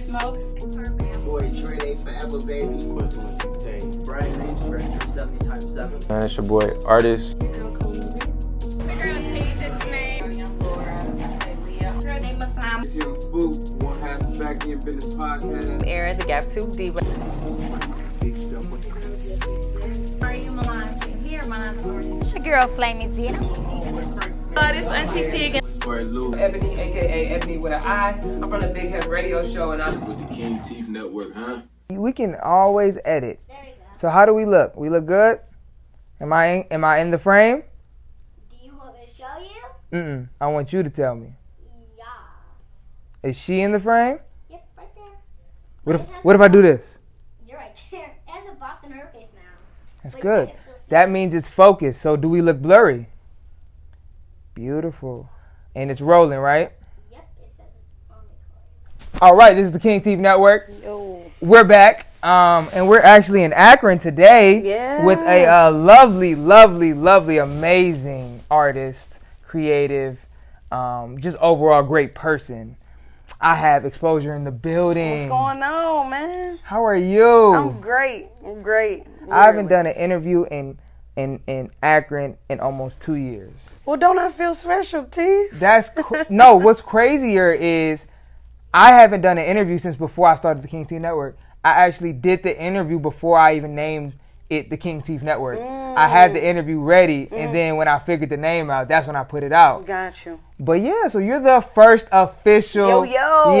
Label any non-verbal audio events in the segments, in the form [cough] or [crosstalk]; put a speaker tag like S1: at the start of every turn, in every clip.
S1: Smoke.
S2: Boy, Trey, they forever, baby.
S3: Quintal and 16.
S2: Brian H. Brandon, 70 times 7.
S4: Man, it's your boy Artist.
S1: The girl's Tasia's name. Her name is Sam.
S3: Young Spook, one half of back in business podcast.
S5: Aaron, the Gap 2 Diva.
S3: Big stuff with
S1: Are you Milan? Here, Milan.
S6: It's your girl, Flaming Tina.
S1: But it's Auntie Tegan.
S2: Boy, Lou.
S5: Ebony, aka Ebony with an I. I'm from the Big Head Radio Show, and I'm
S2: With the King Teeth Network, huh?
S7: We can always edit. So how do we look? We look good. Am I in, am I in the frame?
S6: Do you want me to show you?
S7: Mm. I want you to tell me.
S6: Yeah.
S7: Is she in the frame?
S6: Yep, right there.
S7: What if, what if I do this?
S6: You're right there. [laughs] It has a box in her face now.
S7: That's
S6: But you
S7: good.
S6: can still see
S7: That means it's focused. So do we look blurry? Beautiful. And it's rolling, right?
S6: it. Yep, it says it on the card.
S7: All right, this is the King Teeth Network. We're back, um, and we're actually in Akron today
S5: Yeah.
S7: with a uh, lovely, lovely, lovely, amazing artist, creative, um, just overall great person. I have exposure in the building.
S8: What's going on, man?
S7: How are you?
S8: I'm great. I'm great.
S7: I haven't done an interview in in in Akron in almost two years.
S8: Well, don't I feel special, T?
S7: That's
S8: [laughs]
S7: cr- no. What's crazier is I haven't done an interview since before I started the King Teeth Network. I actually did the interview before I even named it the King Teeth Network. I had
S8: Mm.
S7: the interview ready, and then when I figured the name out, that's when I put it out.
S8: Got you.
S7: But yeah, so you're the first official.
S8: Yo, yo.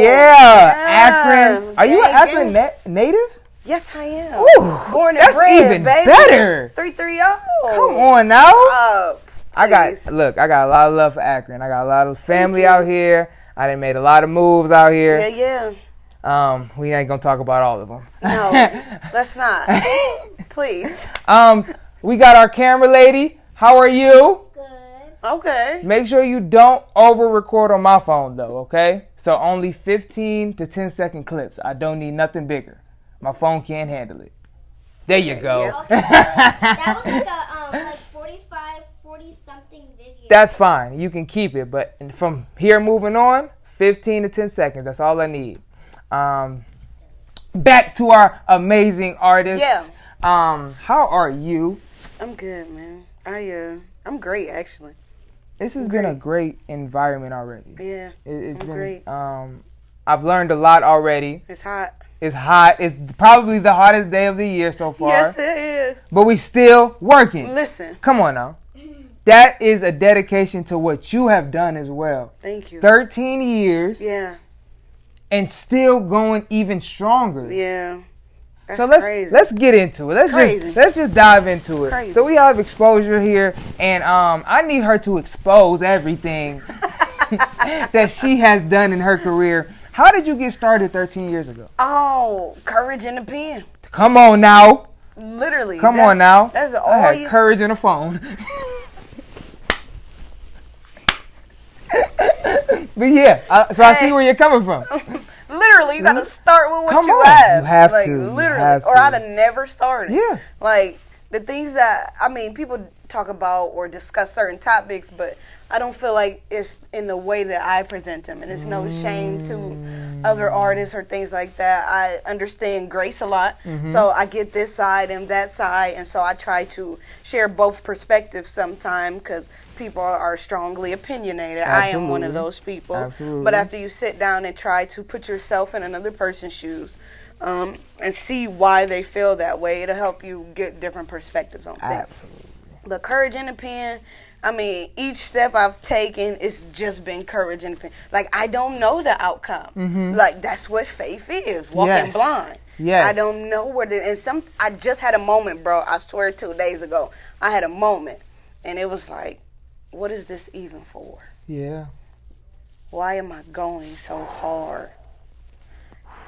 S7: Yeah,
S8: Yeah.
S7: Akron. Are you an
S8: Gang,
S7: Akron
S8: gang.
S7: na- native?
S8: Yes, I am.
S7: Ooh,
S8: Born and
S7: that's
S8: bred,
S7: even
S8: baby. Oh.
S7: better.
S8: Three three zero.
S7: Come on now.
S8: Up.
S7: I got
S8: Please.
S7: look. I got a lot of love for Akron. I got a lot of family out here. I done made a lot of moves out here.
S8: Yeah, yeah.
S7: Um, we ain't gonna talk about all of them. [laughs]
S8: No, let's not. Please.
S7: um, we got our camera lady. How are you?
S6: Good.
S8: Okay.
S7: Make sure you don't over record on my phone though, okay? So only 15 to 10 second clips. I don't need nothing bigger. My phone can't handle it. There you [laughs] go.
S6: Okay, That was like a
S7: [laughs]
S6: um, like 45, 40 something video.
S7: That's fine. You can keep it, but from here moving on, 15 to 10 seconds. That's all I need. Um, back to our amazing artist.
S8: Yeah.
S7: Um, how are you?
S8: I'm good, man. I uh, I'm great actually.
S7: This has been a great environment already.
S8: Yeah,
S7: It, it's
S8: I'm
S7: been
S8: great.
S7: um, I've learned a lot already.
S8: it's hot.
S7: It's hot. It's probably the hottest day of the year so far.
S8: Yes, it is.
S7: But we still working.
S8: Listen,
S7: Come on now. That is a dedication to what you have done as well.
S8: thank you.
S7: 13 years.
S8: Yeah,
S7: and still going even stronger.
S8: yeah. That's
S7: so let's
S8: crazy.
S7: let's get into it. Let's
S8: Crazy.
S7: just let's just dive into it.
S8: Crazy.
S7: So we have exposure here, and um, I need her to expose everything [laughs] that she has done in her career. How did you get started 13 years ago?
S8: Oh, courage in the pen.
S7: Come on now,
S8: Literally.
S7: come
S8: that's-
S7: on now.
S8: That's all
S7: I had
S8: you.
S7: courage in a phone. [laughs] but yeah, I, so I see
S8: Hey.
S7: where you're coming
S8: [laughs]
S7: from.
S8: literally, you gotta start with what
S7: Mm-hmm. Come
S8: you
S7: on,
S8: have.
S7: you have
S8: like,
S7: to, you
S8: Literally,
S7: have
S8: or
S7: to.
S8: I'd have never started.
S7: Yeah,
S8: Like the things that I mean, people talk about or discuss certain topics, but I don't feel like it's in the way that I present them, and it's no shame
S7: Mm.
S8: to other artists or things like that. I understand grace a lot,
S7: Mm-hmm.
S8: so I get this side and that side, and so I try to share both perspectives sometime because people are strongly opinionated. I am one of
S7: Absolutely.
S8: those people.
S7: Absolutely.
S8: But after you sit down and try to put yourself in another person's shoes um, and see why they feel that way, it'll help you get different perspectives on things.
S7: absolutely.
S8: But courage in the pen, I mean, each step I've taken, it's just been courage in the pen. Like, I don't know the outcome. Like, that's what faith is walking
S7: Mm-hmm. Yes.
S8: blind.
S7: Yes.
S8: I don't know where the, and some, I just had a moment, bro. I swear two days ago, I had a moment. And it was like, what is this even for?
S7: Yeah.
S8: why am I going so hard?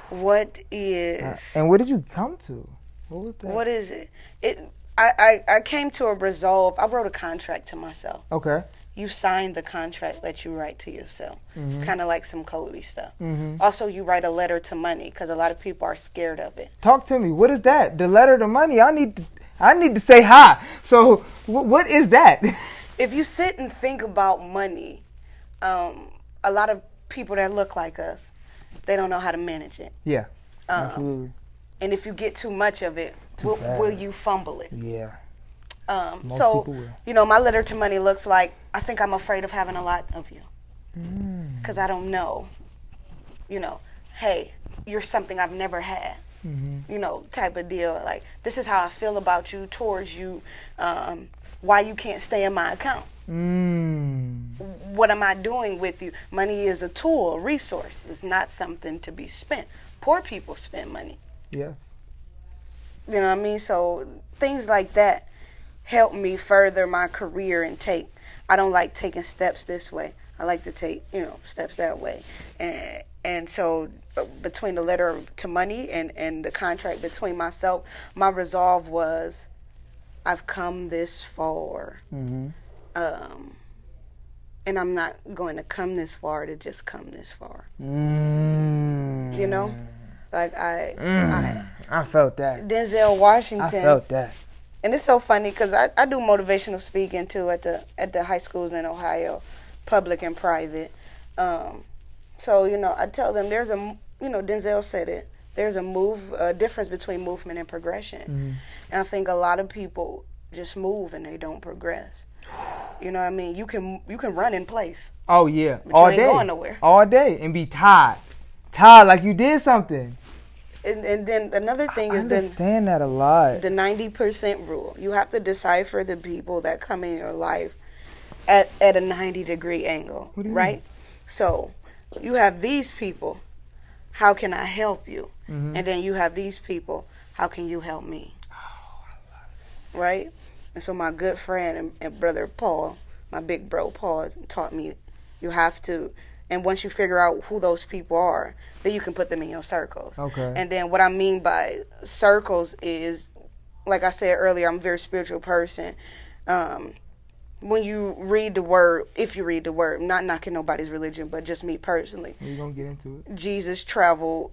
S8: What is
S7: And what did you come to? What was that?
S8: what is it? It I, I, I came to a resolve. I wrote a contract to myself.
S7: Okay.
S8: You signed the contract that you write to yourself.
S7: Mm-hmm.
S8: Kind of like some Kobe stuff. Also, you write a letter to money because a lot of people are scared of it.
S7: Talk to me. What is that? The letter to money. I need to, I need to say hi. So wh- what is that?
S8: Uh, if you sit and think about money, um, a lot of people that look like us, they don't know how to manage it.
S7: Yeah.
S8: Um,
S7: Absolutely.
S8: and if you get too much of it,
S7: Too
S8: will, will
S7: fast.
S8: you fumble it?
S7: Yeah.
S8: Um,
S7: Most
S8: so
S7: people will.
S8: you know, my letter to money looks like I think I'm afraid of having a lot of you
S7: Mm-hmm.
S8: because I don't know. You know, hey, you're something I've never had. You know, type of deal. Like this is how I feel about you, towards you. Um, why you can't stay in my account?
S7: Mm.
S8: What am I doing with you? Money is a tool, a resource. It's not something to be spent. Poor people spend money.
S7: Yeah.
S8: You know what I mean? So things like that help me further my career and take. I don't like taking steps this way. I like to take you know steps that way. And and so uh, between the letter to money and and the contract between myself, my resolve was, I've come this far.
S7: Mm-hmm.
S8: Um, and I'm not going to come this far to just come this far.
S7: Mm.
S8: You know, like I,
S7: Mm. I felt that.
S8: I Denzel Washington.
S7: I felt that.
S8: and it's so funny because I, I do motivational speaking too at the at the high schools in Ohio, public and private. Um, so you know, I tell them there's a m- you know Denzel said it. There's a move a difference between movement and progression,
S7: Mm-hmm.
S8: and I think a lot of people just move and they don't progress. You know what I mean? You can you can run in place.
S7: Oh yeah,
S8: But you
S7: all
S8: ain't
S7: day,
S8: going nowhere.
S7: all day, and be tired, tired like you did something.
S8: And, and then another thing
S7: I
S8: is then
S7: understand that a lot.
S8: the 90% rule. You have to decipher the people that come in your life at, at a 90 degree angle,
S7: do you
S8: right? So you have these people, how can I help you?
S7: Mm-hmm.
S8: And then you have these people, how can you help me? Right? And so my good friend and, and brother Paul, my big bro Paul, taught me you have to, and once you figure out who those people are, then you can put them in your circles.
S7: Okay.
S8: And then what I mean by circles is, like I said earlier, I'm a very spiritual person. Um, when you read the word, if you read the word, not knocking nobody's religion, but just me personally,
S7: We're gonna get into it.
S8: Jesus traveled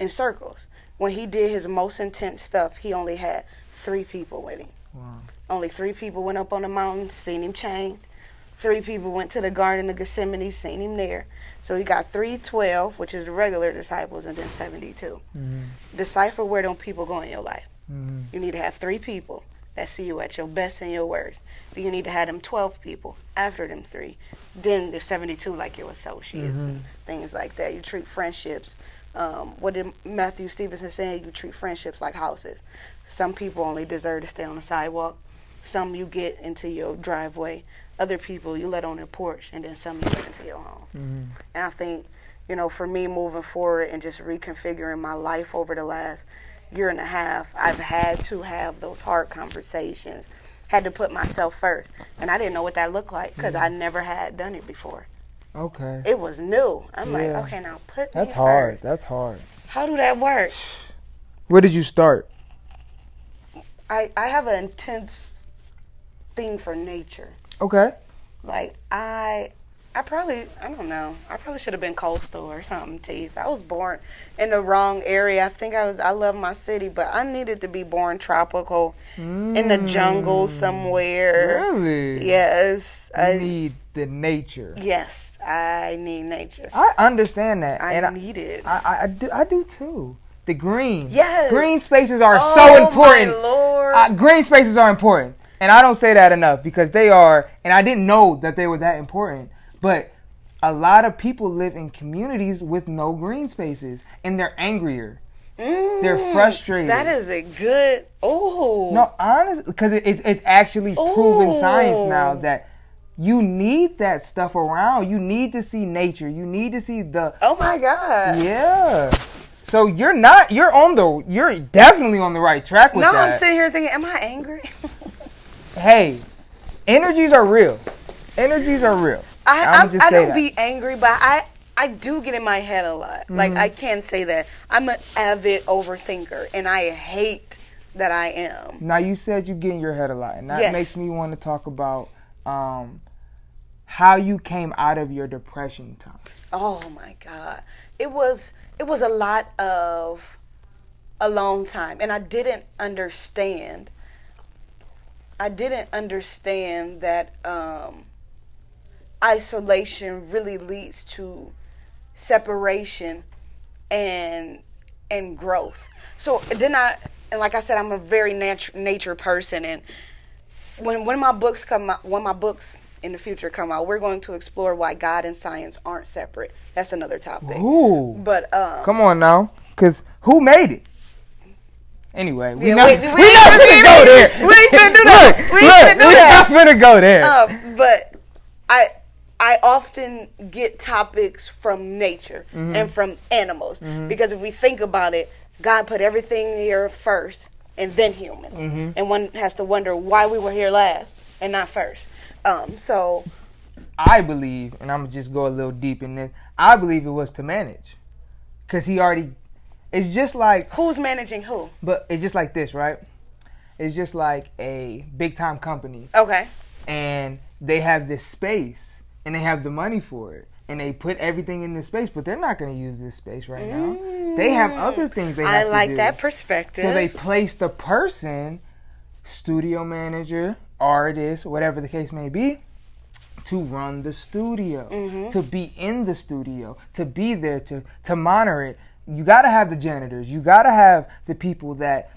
S8: in circles. When he did his most intense stuff, he only had three people with him.
S7: Wow.
S8: Only three people went up on the mountain, seen him chained. Three people went to the Garden of Gethsemane, seen him there. So he got three twelve, which is the regular disciples, and then seventy
S7: Mm-hmm.
S8: Decipher where them people go in your life.
S7: Mhm.
S8: You need to have three people that see you at your best and your worst. Then you need to have them twelve people after them three. Then there's seventy two like your associates and things like that. You treat friendships. Um, what did Matthew Stevenson say? You treat friendships like houses. Some people only deserve to stay on the sidewalk. Some you get into your driveway. Other people you let on their porch, and then some you let into your home. And I think, you know, for me moving forward and just reconfiguring my life over the last year and a half, I've had to have those hard conversations, had to put myself first. And I didn't know what that looked like because I
S7: Mm-hmm.
S8: never had done it before.
S7: Okay,
S8: It was new. I'm
S7: Yeah.
S8: like, okay, now put me
S7: that's hard.
S8: first.
S7: That's hard.
S8: How do that work?
S7: Where did you start?
S8: I, I have an intense thing for nature.
S7: Okay.
S8: Like I, I probably I don't know. I probably should have been coastal or something. Teeth. I was born in the wrong area. I think I was. I love my city, but I needed to be born tropical in the jungle somewhere.
S7: Mm. Really?
S8: Yes.
S7: I
S8: I,
S7: need the nature.
S8: yes. I need nature.
S7: I understand that,
S8: I
S7: and I,
S8: need it.
S7: I, I, I do, I do too. The green.
S8: Yes.
S7: Green spaces are
S8: Oh,
S7: so
S8: my
S7: important.
S8: Lord.
S7: Uh, green spaces are important, and I don't say that enough because they are. And I didn't know that they were that important, but a lot of people live in communities with no green spaces, and they're angrier. They're
S8: Mm,
S7: frustrated.
S8: That is a good. Oh.
S7: No, honestly, because it's it's actually proven science now
S8: Ooh.
S7: that you need that stuff around. You need to see nature. You need to see the
S8: Oh my God.
S7: yeah. So you're not you're on the you're definitely on the right track with
S8: No,
S7: that.
S8: I'm sitting here thinking, am I angry?
S7: hey, energies are real. Energies are real.
S8: I,
S7: I'ma
S8: I'm,
S7: just
S8: I
S7: say
S8: don't
S7: that.
S8: be angry, but I I do get in my head a lot.
S7: Mm-hmm.
S8: Like I can say that I'm an avid overthinker, and I hate that I am.
S7: Now you said you get in your head a lot, and that
S8: Yes.
S7: makes me want to talk about um, how you came out of your depression time.
S8: Oh my god, it was it was a lot of a long time, and I didn't understand. I didn't understand that um, isolation really leads to separation and and growth. So then I and like I said, I'm a very natu- nature person, and when when my books come out, when my books in the future come out, we're going to explore why God and science aren't separate. That's another topic.
S7: Ooh,
S8: But um,
S7: come on now, cause who made it? Anyway, we
S8: Yeah,
S7: not,
S8: we-
S7: we,
S8: we-
S7: not
S8: we-
S7: finna go there.
S8: we ain't finna do that.
S7: Look,
S8: We ain't
S7: look,
S8: finna do
S7: we
S8: that.
S7: not finna go there.
S8: Uh, but I I often get topics from nature
S7: Mm-hmm.
S8: and from animals because if we think about it, God put everything here first and then humans,
S7: Mm-hmm.
S8: and one has to wonder why we were here last and not first. Um, so
S7: I believe, and I'm gonna just go a little deep in this. I believe it was to manage, cause he already. It's just like,
S8: who's managing who?
S7: but it's just like this, right? It's just like a big time company,
S8: Okay,
S7: and they have this space, and they have the money for it, and they put everything in this space, but they're not gonna use this space right now. They have other things they
S8: Mm. I
S7: have
S8: like
S7: to do.
S8: that perspective.
S7: So they place the person, studio manager, artist, whatever the case may be, to run the studio,
S8: Mm-hmm.
S7: to be in the studio, to be there to to monitor it. You got to have the janitors. You got to have the people that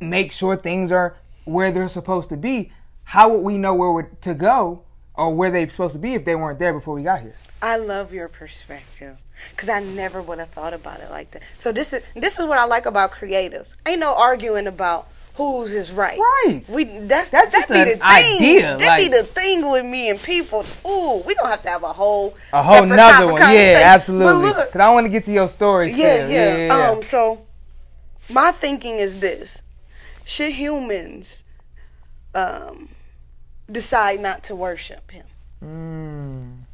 S7: make sure things are where they're supposed to be. How would we know where we're- to go or where they're supposed to be if they weren't there before we got here?
S8: I love your perspective because I never would have thought about it like that. So this is this is what I like about creatives. Ain't no arguing about whose is right.
S7: Right.
S8: We that's
S7: That's
S8: that
S7: just
S8: be the
S7: an
S8: thing.
S7: idea,
S8: That be
S7: like-
S8: the thing with me and people. Ooh, we gonna have to have a whole
S7: A whole
S8: separate
S7: nother
S8: topic
S7: one.
S8: conversation.
S7: Yeah,
S8: But
S7: absolutely.
S8: look,
S7: Because I want to get to your story
S8: yeah,
S7: still.
S8: yeah, Um, so my thinking is this: Should humans um, decide not to worship Him?
S7: Mm.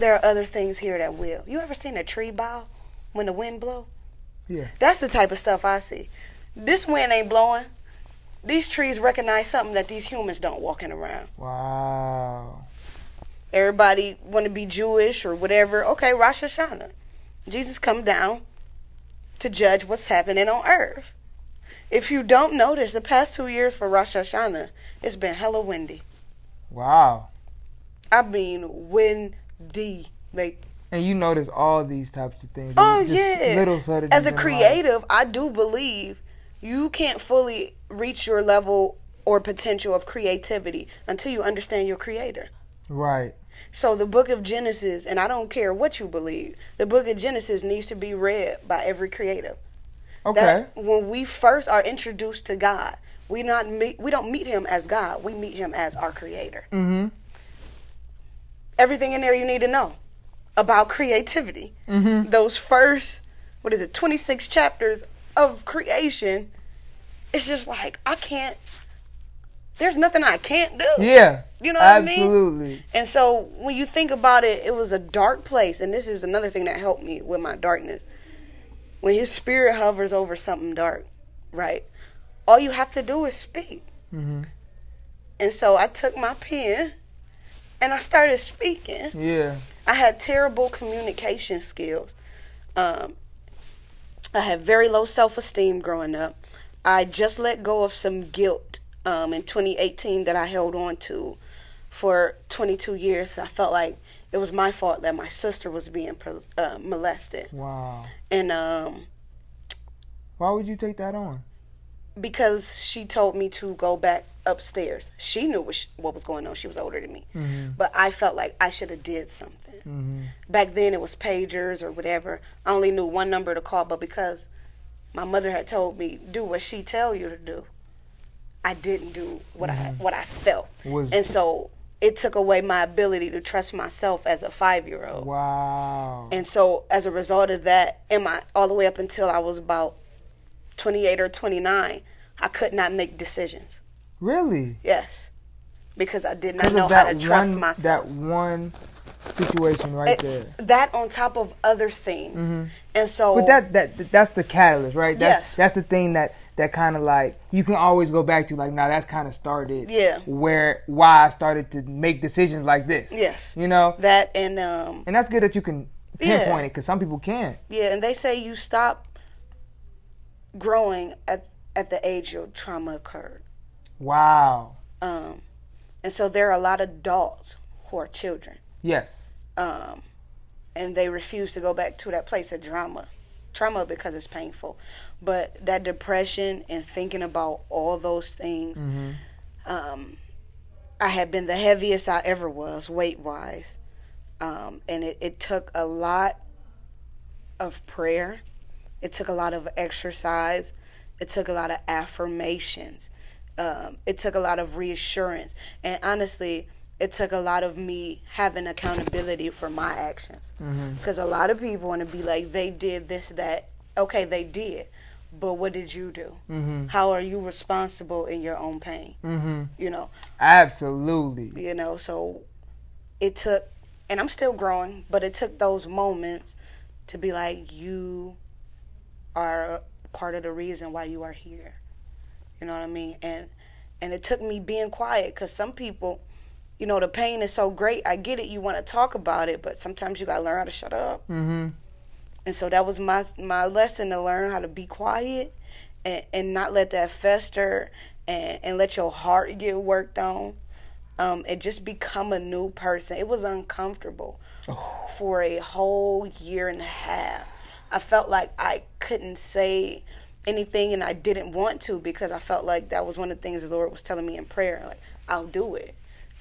S8: There are other things here that will. You ever seen a tree bow when the wind blow?
S7: Yeah.
S8: That's the type of stuff I see. This wind ain't blowing. These trees recognize something that these humans don't walking around.
S7: Wow.
S8: Everybody want to be Jewish or whatever. Okay, Rosh Hashanah. Jesus come down to judge what's happening on earth. If you don't notice, the past two years for Rosh Hashanah, it's been hella windy.
S7: Wow.
S8: I mean, windy. Like
S7: And you notice all these types of things.
S8: Oh
S7: just
S8: yeah.
S7: Little subtleties
S8: As a
S7: in life.
S8: creative, I do believe you can't fully reach your level or potential of creativity until you understand your creator.
S7: Right.
S8: So the book of Genesis, and I don't care what you believe, the book of Genesis needs to be read by every creative.
S7: Okay.
S8: That when we first are introduced to God, we not meet, we don't meet him as God, we meet him as our creator.
S7: mm-hmm.
S8: Everything in there you need to know about creativity.
S7: Mm-hmm.
S8: those first what is it 26 chapters of creation it's just like i can't there's nothing i can't do
S7: Yeah.
S8: you know what i mean
S7: absolutely.
S8: and so when you think about it it was a dark place and this is another thing that helped me with my darkness when his spirit hovers over something dark right all you have to do is speak
S7: hmm
S8: and so i took my pen and i started speaking
S7: Yeah.
S8: I had terrible communication skills. Um, I had very low self esteem growing up. I just let go of some guilt um, in 2018 that I held on to for 22 years. I felt like it was my fault that my sister was being pro- uh, molested.
S7: Wow.
S8: And um,
S7: Why would you take that on?
S8: because she told me to go back upstairs, she knew what, sh what was going on. She was older than me.
S7: Mm-hmm.
S8: But I felt like I should have did something.
S7: Mm-hmm.
S8: back then it was pagers or whatever. I only knew one number to call, but because my mother had told me do what she tell you to do, I didn't do what I what I felt,
S7: Mm-hmm. Was
S8: and so it took away my ability to trust myself as a five year old.
S7: wow.
S8: And so as a result of that, and my all the way up until I was about twenty eight or twenty nine, I could not make decisions.
S7: Really?
S8: Yes. Because I did not
S7: Because
S8: know
S7: of
S8: how
S7: that
S8: to trust
S7: one.
S8: myself.
S7: That one situation right
S8: It-
S7: there.
S8: that on top of other things.
S7: Mhm.
S8: And so
S7: But that that that's the catalyst, right? That's,
S8: Yes.
S7: That's the thing that that kind of like you can always go back to. Like, now that's kind of started.
S8: Yeah.
S7: Where why I started to make decisions like this.
S8: Yes.
S7: You know.
S8: That and um
S7: And that's good that you can
S8: Yeah.
S7: pinpoint it because some people can't.
S8: yeah, and they say you stop growing at at the age your trauma occurred.
S7: Wow.
S8: Um and so there are a lot of adults who are children.
S7: Yes.
S8: Um and they refuse to go back to that place of drama. trauma because it's painful. But that depression and thinking about all those things,
S7: Mm-hmm.
S8: um, I had been the heaviest I ever was weight wise, um, and it, it took a lot of prayer, it took a lot of exercise, it took a lot of affirmations, um, it took a lot of reassurance, and honestly, it took a lot of me having accountability for my actions
S7: Mm-hmm.
S8: because a lot of people want to be like they did this that okay they did, but what did you do?
S7: Mm-hmm.
S8: How are you responsible in your own pain?
S7: Mm-hmm.
S8: You know.
S7: Absolutely.
S8: you know so it took and i'm still growing but it took those moments to be like you are part of the reason why you are here you know what i mean and and it took me being quiet because some people you know the pain is so great i get it you want to talk about it but sometimes you gotta learn how to shut up
S7: Mm-hmm.
S8: and so that was my my lesson to learn how to be quiet and, and not let that fester and, and let your heart get worked on um, and just become a new person. It was uncomfortable for a whole year and a half. I felt like I couldn't say anything and I didn't want to because I felt like that was one of the things the Lord was telling me in prayer. Like, I'll do it.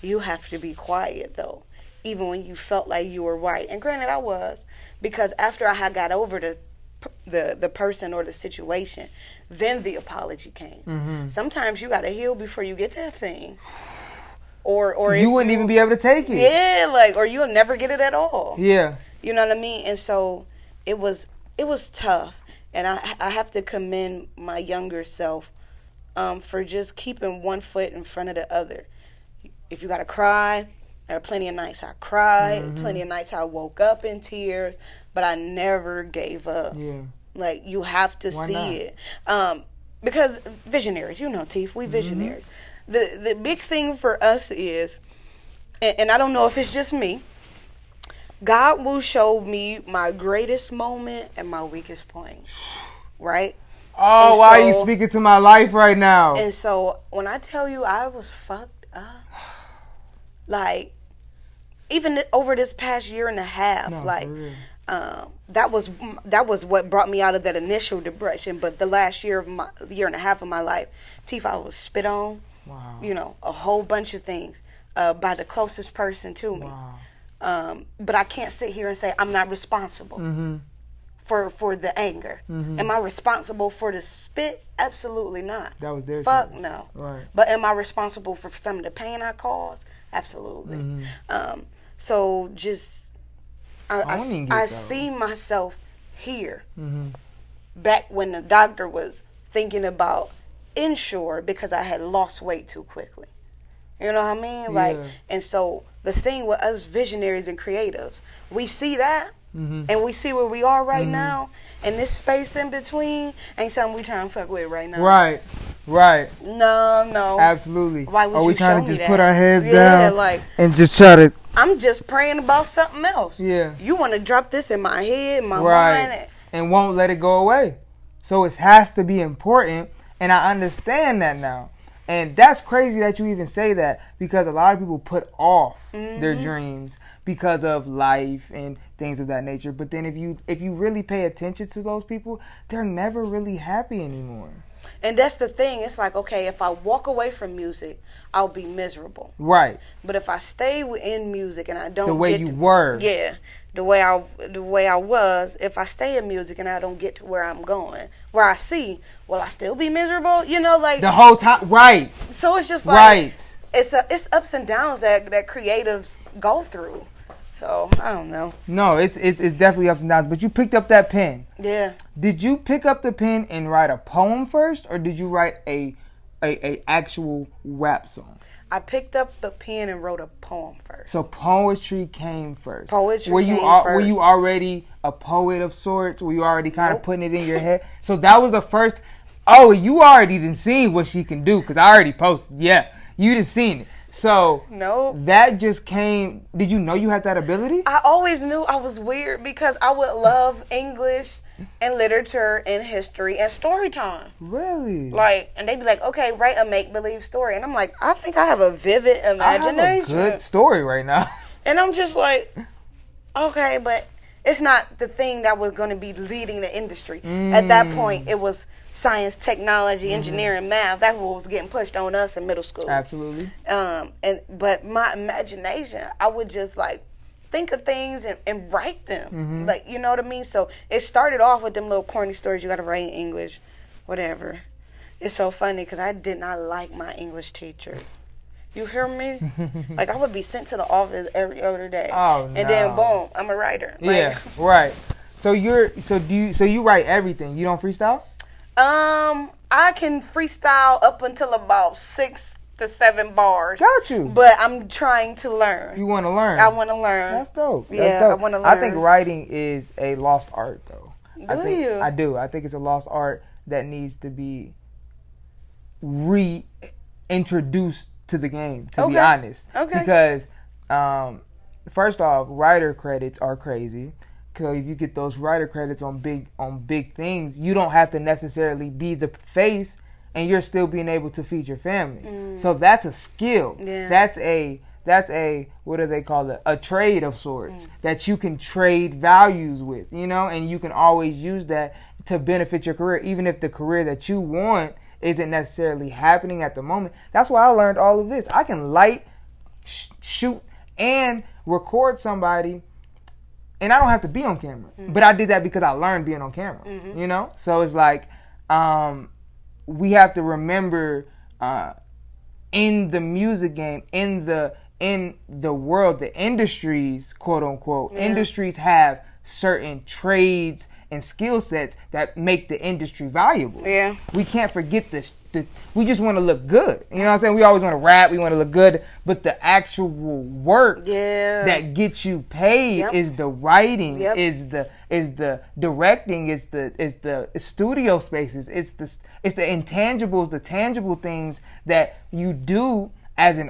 S8: You have to be quiet though, even when you felt like you were right. And granted, I was because after I had got over the the the person or the situation, then the apology came.
S7: Mm-hmm.
S8: Sometimes you gotta heal before you get that thing, or or if
S7: You wouldn't even be able to take it.
S8: yeah, like or you'll never get it at all.
S7: Yeah.
S8: You know what I mean? And so it was it was tough, and I I have to commend my younger self um, for just keeping one foot in front of the other. If you gotta cry, there are plenty of nights I cried, plenty of nights I woke up in tears, but I never gave up.
S7: Yeah.
S8: Like you have to
S7: Why
S8: see
S7: not?
S8: it. Um, because visionaries, you know, Teeth,
S7: Mm-hmm.
S8: we visionaries. The the big thing for us is, and, and I don't know if it's just me. God will show me my greatest moment and my weakest point, right?
S7: Oh,
S8: And
S7: why are you
S8: so-
S7: speaking to my life right now?
S8: And so when I tell you I was fucked
S7: [sighs]
S8: up, like even th- over this past year and a half,
S7: No, for
S8: like
S7: real.
S8: um, that was that was what brought me out of that initial depression. But the last year of my year and a half of my life, teeth I was spit on,
S7: wow.
S8: you know, a whole bunch of things uh, by the closest person to me.
S7: Wow.
S8: Um, but I can't sit here and say I'm not responsible
S7: Mm-hmm.
S8: for for the anger. Am I responsible for the spit? Absolutely not.
S7: That was their
S8: Fuck
S7: choice.
S8: no.
S7: Right.
S8: But am I responsible for some of the pain I caused? Absolutely.
S7: Mm. Mm-hmm.
S8: Um, so just, I, I,
S7: don't even
S8: s-
S7: get
S8: I
S7: that
S8: see myself here
S7: Mm-hmm.
S8: back when the doctor was thinking about insure because I had lost weight too quickly. You know what I mean? Like,
S7: Yeah.
S8: and so the thing with us visionaries and creatives, we see that
S7: Mm-hmm.
S8: and we see where we are right now, and this space in between ain't something we trying to fuck with right now.
S7: Right. Right.
S8: No, no.
S7: Absolutely.
S8: Why would
S7: are we
S8: you
S7: trying
S8: show
S7: to
S8: me
S7: just
S8: that?
S7: put our heads
S8: Yeah,
S7: down
S8: like
S7: and just try to?
S8: I'm just praying about something else.
S7: Yeah.
S8: You want to drop this in my head, my
S7: Right.
S8: mind.
S7: and won't let it go away. So it has to be important, and I understand that now. And that's crazy that you even say that because a lot of people put off their dreams because of life and things of that nature. But then if you if you really pay attention to those people, they're never really happy anymore.
S8: And that's the thing. It's like, okay, if I walk away from music, I'll be miserable.
S7: Right.
S8: But if I stay within music and I don't
S7: The way
S8: get
S7: you
S8: to-
S7: were.
S8: yeah, the way I the way I was, if I stay in music and I don't get to where I'm going, where I see, will I still be miserable? You know, like
S7: The whole time right.
S8: so it's just like
S7: right.
S8: it's a, it's ups and downs that that creatives go through. So I don't know.
S7: No, it's it's it's definitely ups and downs. But you picked up that pen.
S8: Yeah.
S7: Did you pick up the pen and write a poem first, or did you write a a, a actual rap song?
S8: I picked up the pen and wrote a poem first.
S7: So poetry came first.
S8: Poetry
S7: Were you
S8: came
S7: al- were
S8: first.
S7: you already a poet of sorts? Were you already kind of putting it in your head? So that was the first. Oh, you already didn't see what she can do because I already posted. Yeah, you didn't seen it. So
S8: no.
S7: that just came. Did you know you had that ability?
S8: I always knew I was weird because I would love English and literature and history and story time.
S7: Mm. Really?
S8: Like, and they'd be like, okay, write a make believe story. And I'm like, I think I have a vivid
S7: I have a
S8: imagination.
S7: good story right now.
S8: And I'm just like, okay, but It's not the thing that was going to be leading the industry. At
S7: Mm.
S8: that point, it was science, technology,
S7: Mm-hmm.
S8: engineering, math. That's what was getting pushed on us in middle
S7: [laughs]
S8: school.
S7: Absolutely. [laughs]
S8: Um, and but my imagination, I would just like think of things and, and write them.
S7: Mm-hmm.
S8: Like you know what I mean. So it started off with them little corny stories you got to write in English, whatever. It's so funny because I did not like my English teacher. You hear me?
S7: [laughs]
S8: like I would be sent to the office every other day.
S7: Oh,
S8: and
S7: no.
S8: then boom, I'm a writer. Like,
S7: yeah. Right. So you're so do you so you write everything. You don't freestyle?
S8: Um, I can freestyle up until about six to seven bars,
S7: Got you.
S8: but I'm trying to learn.
S7: you want to learn.
S8: I want to learn.
S7: Mm. That's dope. That's
S8: Yeah, I
S7: dope.
S8: wanna
S7: I think
S8: learn.
S7: writing is a lost art though. I
S8: Do
S7: think,
S8: you?
S7: I do. I think it's a lost art that needs to be reintroduced to the game. To be
S8: Okay.
S7: honest,
S8: Okay.
S7: because um, first off, writer credits are crazy. Because if you get those writer credits on big on big things, you don't have to necessarily be the face, and you're still being able to feed your family. So that's a skill.
S8: Yeah.
S7: That's a that's a what do they call it? A trade of sorts that you can trade values with, you know, and you can always use that to benefit your career, even if the career that you want isn't necessarily happening at the moment. That's why I learned all of this. I can light, sh- shoot, and record somebody, and I don't have to be on camera.
S8: Mm-hmm.
S7: But I did that because I learned being on camera, you know. So it's like um, we have to remember. Uh, in the music game, in the in the world, the industries, quote unquote, industries have certain trades and skill sets that make the industry valuable.
S8: Yeah.
S7: We can't forget this. The, we just want to look good. You know what I'm saying? We always want to rap, we want to look good, but the actual work
S8: Yeah.
S7: that gets you paid
S8: Yep.
S7: is the writing,
S8: Yep.
S7: is the is the directing, is the is the studio spaces, it's the it's the intangibles, the tangible things that you do as an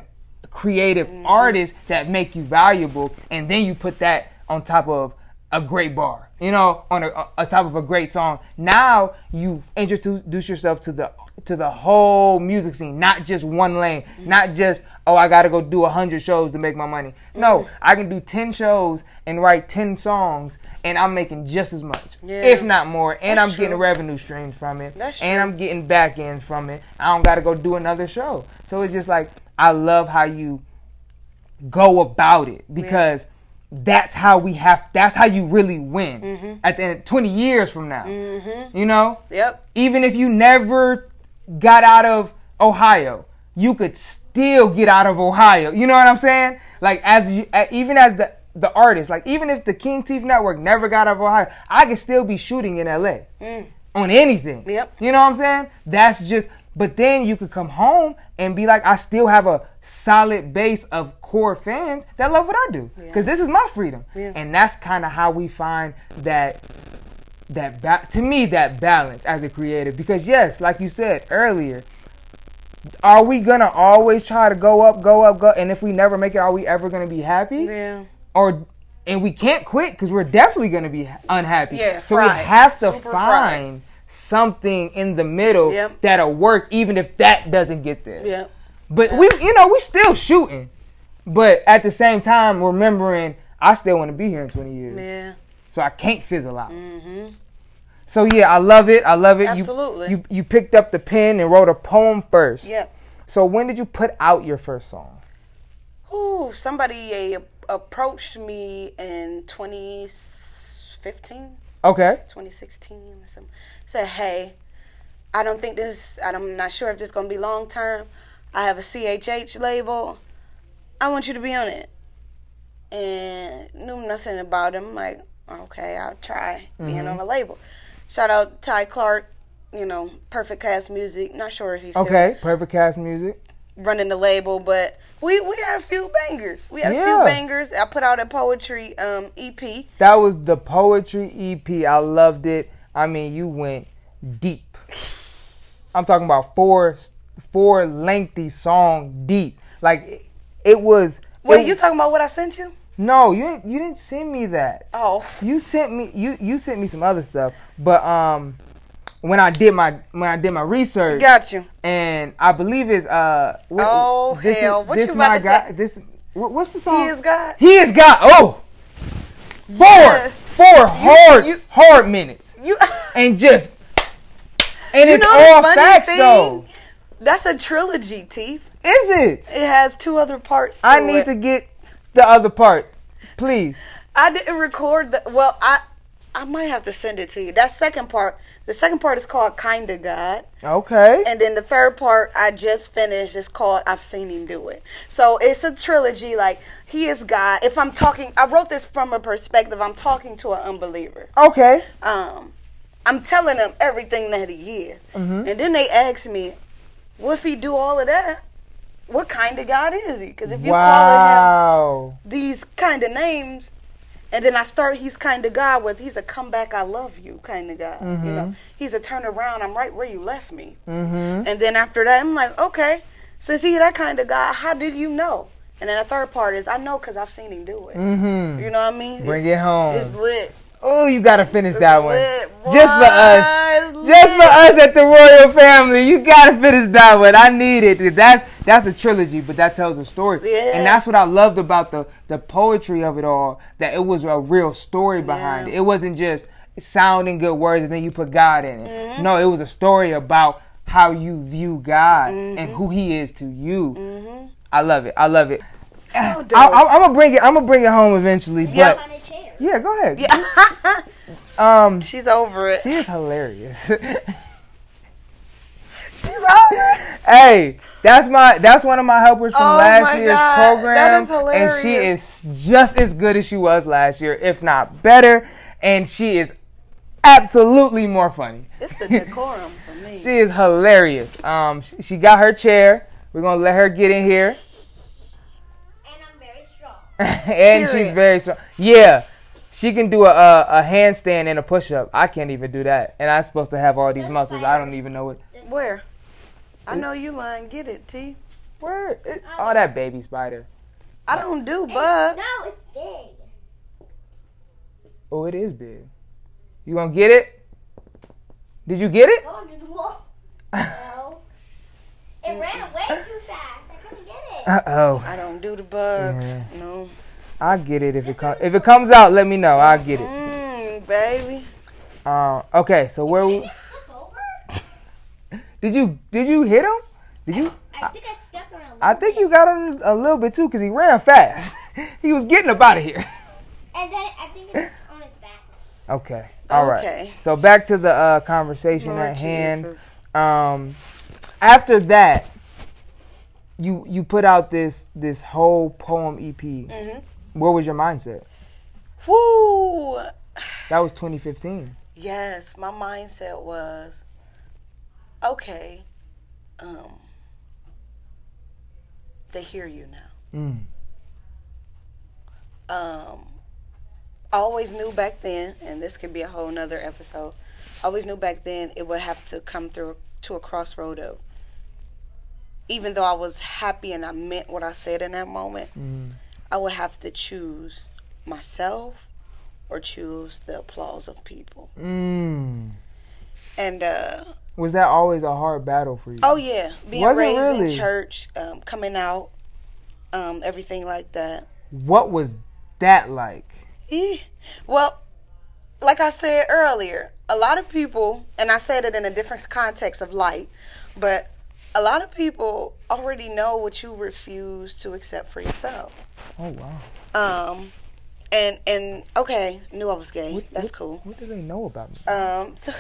S7: creative
S8: Mm-hmm.
S7: artist that make you valuable, and then you put that on top of a great bar, you know, on a, a- on top of a great song. Now you introduce yourself to the to the whole music scene, not just one lane, not just oh I gotta go do hundred shows to make my money.
S8: Mm-hmm.
S7: No, I can do ten shows and write ten songs, and I'm making just as much,
S8: Yeah.
S7: if not more, and
S8: That's
S7: I'm getting
S8: true.
S7: revenue streams from it,
S8: That's
S7: and
S8: true.
S7: I'm getting back ends from it. I don't gotta go do another show. So it's just like I love how you go about it because that's how we have that's how you really win
S8: Mm-hmm.
S7: at the end 20 years from now you know
S8: Yep.
S7: even if you never got out of ohio you could still get out of ohio you know what i'm saying like as you a- even as the the artist like even if the king teeth network never got out of ohio i could still be shooting in la on anything
S8: Mm. Yep.
S7: you know what i'm saying that's just but then you could come home and be like i still have a solid base of core fans that love what i do because this is my freedom
S8: Yeah.
S7: and that's kind of how we find that that ba- to me that balance as a creative because yes like you said earlier are we gonna always try to go up go up go and if we never make it are we ever gonna be happy
S8: Yeah.
S7: or and we can't quit because we're definitely gonna be ha- unhappy
S8: Yeah,
S7: so we
S8: fried.
S7: have to
S8: Super fried.
S7: find something in the middle
S8: Yep.
S7: that'll work even if that doesn't get there
S8: Yep.
S7: but we, you know, we still shooting, but at the same time, remembering I still want to be here in 20 years,
S8: Yeah. Mm-hmm.
S7: so I can't fizzle out. So yeah, I love it. I love it. You-
S8: Absolutely.
S7: You, you picked up the pen and wrote a poem first.
S8: Yep.
S7: So when did you put out your first song?
S8: Ooh, somebody uh, approached me in 2015,
S7: Okay.
S8: 2016 or something. Said, "Hey, I don't think this. I'm not sure if this gonna be long term. I have a CHH label. I want you to be on it." And knew nothing about him. Like, okay, I'll try being
S7: Mm-hmm.
S8: on a label. Shout out Ty Clark. You know, Perfect Cast Music. Not sure if he's still
S7: Okay. Perfect Cast Music.
S8: running the label, but we we had a few bangers. We had a
S7: Yeah.
S8: few bangers. I put out a poetry um EP.
S7: That was the poetry EP. I loved it. I mean, you went deep. I'm talking about four four lengthy song deep. Like it, it was.
S8: Wait,
S7: it-
S8: you talking about what I sent you?
S7: No, you didn't, you didn't send me that.
S8: Oh,
S7: You sent me you you sent me some other stuff, but um, when I did my when I did my research,
S8: got you.
S7: and I believe it's uh, wh-
S8: Oh,
S7: this, is-
S8: hell, what
S7: this
S8: you
S7: my
S8: about to
S7: guy,
S8: say?
S7: this wh- what's the
S8: He
S7: song?
S8: is God.
S7: He is God. Oh, four
S8: Yes.
S7: four hard,
S8: you-
S7: hard minutes
S8: You, [laughs]
S7: and just. And
S8: You
S7: it's
S8: know the
S7: all
S8: funny
S7: facts
S8: thing?
S7: though.
S8: that's a trilogy, T.
S7: Is it?
S8: It has two other parts.
S7: I
S8: to
S7: need
S8: it.
S7: to get the other parts, please.
S8: I didn't record the. Well, I. I might have to send it to you. That second part, the second part is called Kinda God.
S7: Okay.
S8: And then the third part I just finished is called I've Seen Him Do It. So it's a trilogy. Like, he is God. If I'm talking, I wrote this from a perspective, I'm talking to an unbeliever.
S7: Okay.
S8: Um, I'm telling them everything that he is. And then they ask me, what if he do all of that? What kind of God is he? Because if you call him
S7: Wow.
S8: these kind of names, and then I start, he's kind of God with, he's a come back, I love you kind of God. You know, he's a turn around, I'm right where you left me.
S7: Mhm.
S8: Mm-hmm. And then after that, I'm like, okay, since he that kind of guy, how did you know? And then the third part is, I know because I've seen him do it.
S7: Mhm.
S8: You know what I mean?
S7: Bring
S8: it's,
S7: it
S8: It's
S7: home.
S8: lit.
S7: Oh, you gotta finish that
S8: It's
S7: one.
S8: lit.
S7: Just for us.
S8: What? It's
S7: Just for
S8: lit.
S7: us at the royal family, you gotta finish that one. I need it. That's that's a trilogy, but that tells a story,
S8: Yeah.
S7: and that's what I loved about the the poetry of it all. That it was a real story behind it. It wasn't just sounding good words and then you put God in it.
S8: Mm-hmm.
S7: No, it was a story about how you view God
S8: Mm-hmm.
S7: and who He is to you. [sighs] I love it. I love it.
S8: So dope.
S7: I, I, am gonna bring it. I'm gonna bring it home eventually.
S8: Yeah.
S7: But
S6: on a chair.
S7: yeah, go ahead.
S8: Yeah. [laughs]
S7: Um,
S8: She's over it.
S7: she is
S8: [laughs]
S7: hilarious.
S8: She's over it.
S7: hey, that's my that's one of my helpers from
S8: Oh my
S7: last year's
S8: God,
S7: program,
S8: that is
S7: and she is just as good as she was last year, if not better. And she is absolutely more funny.
S8: It's the decorum for me.
S7: [laughs] She is hilarious. Um, she, she got her chair. We're gonna let her get in here, [laughs]
S6: And I'm very strong.
S7: and she's
S8: Period.
S7: very strong. Yeah. She can do a, a, a handstand and a push up. I can't even do that. And I'm supposed to have all these
S6: That's
S7: muscles.
S6: fine.
S7: I don't even know what.
S8: Where? I know you lying. Get it, T.
S7: Where? It, all that baby spider.
S8: I don't do
S6: And-
S8: bugs.
S6: No, it's big.
S7: Oh, it is big. You gonna get it? Did you get it?
S6: Go under the
S7: [laughs]
S6: wall. No. It ran away too fast. I couldn't get it.
S7: Uh oh.
S8: I don't do the bugs. No.
S7: I get it if it comes. If it comes out, let me know. I'll get it.
S8: Mmm, baby.
S7: Uh, okay. So where?
S6: Did I
S7: we-
S6: just flip over?
S7: Did you did you hit him? Did you?
S6: I think I stepped on a little
S7: I think
S6: bit.
S7: you got him a little bit too, cause he ran fast. [laughs] he was getting up out of here. [laughs]
S6: And then I think it's on its back.
S7: Okay. All right.
S8: Okay.
S7: So back to the uh, conversation
S8: Lord
S7: at hand.
S8: Jesus.
S7: Um, after that, you you put out this this whole poem EP.
S8: Mhm.
S7: What was your mindset?
S8: Woo!
S7: That was 2015.
S8: Yes, my mindset was okay. Um, they hear you now.
S7: Mm.
S8: Um, I always knew back then, and this could be a whole nother episode. I always knew back then it would have to come through to a crossroad of. Even though I was happy and I meant what I said in that moment,
S7: Mm.
S8: I would have to choose myself or choose the applause of people.
S7: Mm.
S8: And uh,
S7: Was that always a hard battle for you?
S8: Oh yeah, being
S7: Was it
S8: raised
S7: really?
S8: in church, um, coming out, um, everything like that.
S7: What was that like?
S8: Eh. Well, like I said earlier, a lot of people, and I said it in a different context of light, but a lot of people already know what you refuse to accept for yourself.
S7: Oh wow.
S8: Um, and and okay, knew I was gay.
S7: What-
S8: That's
S7: what-
S8: cool.
S7: What do they know about me?
S8: Um, [laughs] so,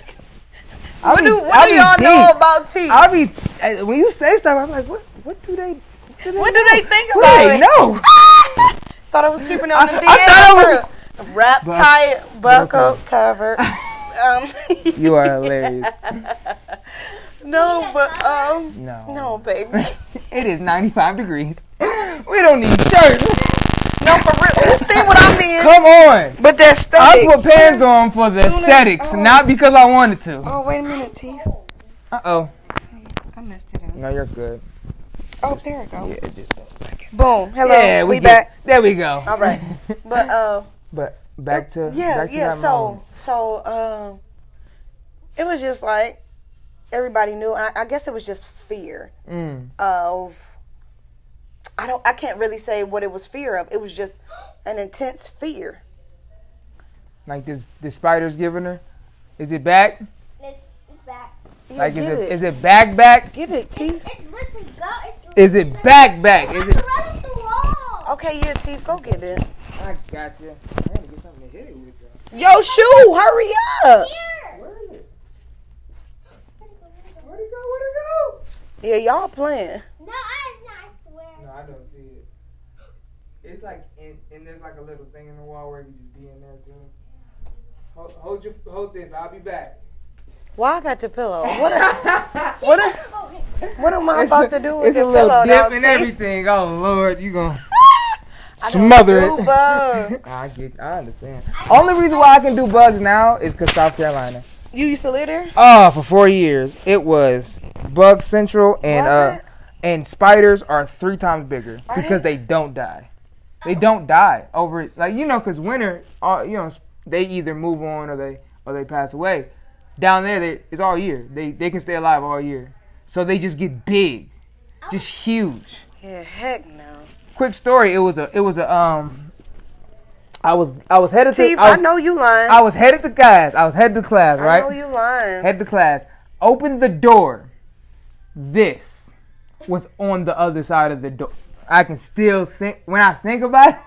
S7: I
S8: what
S7: be-
S8: do, what
S7: I
S8: do
S7: be
S8: y'all know
S7: deep.
S8: about T?
S7: I'll be eh, when you say stuff. I'm like, what? What do they?
S8: What do they think
S7: What
S8: about
S7: do they
S8: it? [laughs]
S7: know?
S8: Thought I was keeping it on the
S7: I-
S8: DM.
S7: I thought I
S8: was wrap
S7: Buck-
S8: tight, buckle
S7: buckle. [laughs]
S8: covered. um,
S7: You
S8: [laughs]
S7: are hilarious.
S8: no, but um,
S7: No.
S8: no, baby,
S7: it is 95 degrees. [laughs] We don't need shirts.
S8: no, for real. You see what I mean?
S7: Come on.
S8: But that's
S7: I
S8: thing.
S7: put pants on for the aesthetics, not because I wanted to.
S8: Oh wait a minute, T.
S7: Uh oh.
S8: I messed it up.
S7: No, you're good.
S8: Oh, there it goes.
S7: Yeah, it just
S8: Boom. Hello.
S7: yeah,
S8: we,
S7: get- [laughs]
S8: back.
S7: There we go.
S8: All right. But uh,
S7: But back to
S8: Oh, yeah,
S7: back to
S8: yeah.
S7: That
S8: so
S7: moment.
S8: so um, it was just like everybody knew. I, I guess it was just fear.
S7: Mm.
S8: of I don't I can't really say what it was fear of. It was just an intense fear
S7: Like this, this spider's giving her. Is it back?
S6: It's, it's back.
S7: Like is
S8: get
S7: it
S8: it.
S7: is it back back?
S8: Get it, T.
S6: It's, it's literally go. It's
S7: Is it back Oh. back? Is
S6: It's
S7: it?
S6: running the wall.
S8: Okay, yeah, T. Go get it.
S7: I got you. I had to get something to hit it with.
S8: Yo, shoe, hurry up.
S6: Here.
S7: Where is it?
S6: No,
S7: Where'd it go? Where'd it
S8: Yeah, y'all playing.
S6: I, I swear.
S7: No, I don't see it. It's like in, and there's like a little thing in the wall where you just be in there too. Hold, hold your hold this. I'll be back. [laughs]
S8: Why I got the pillow? What? A, what? A,
S6: Oh, okay.
S8: what am I about to do with
S7: It's
S8: the
S7: a little
S8: pillow?
S7: dip
S8: now,
S7: and
S8: T?
S7: everything. Oh Lord, you gonna
S8: [laughs] I don't
S7: smother
S8: do
S7: it.
S8: bugs.
S7: [laughs] I get. I understand. Only reason why I can do bugs now is cause South Carolina.
S8: You used to live there?
S7: Oh, for four years it was bug central and
S8: Was
S7: uh
S8: it?
S7: and spiders are three times bigger
S8: Are
S7: because they don't die. They don't die over like you know because winter, all, you know they either move on or they or they pass away. Down there, they, it's all year. They they can stay alive all year, so they just get big, just huge
S8: Yeah, heck no.
S7: quick story. It was a it was a um. I was I was headed
S8: T,
S7: to I
S8: I
S7: was,
S8: know you lying.
S7: I was headed to class. I was headed to class,
S8: I know
S7: right?
S8: you lying.
S7: Head to class. Opened the door. This was on the other side of the door. I can still think when I think about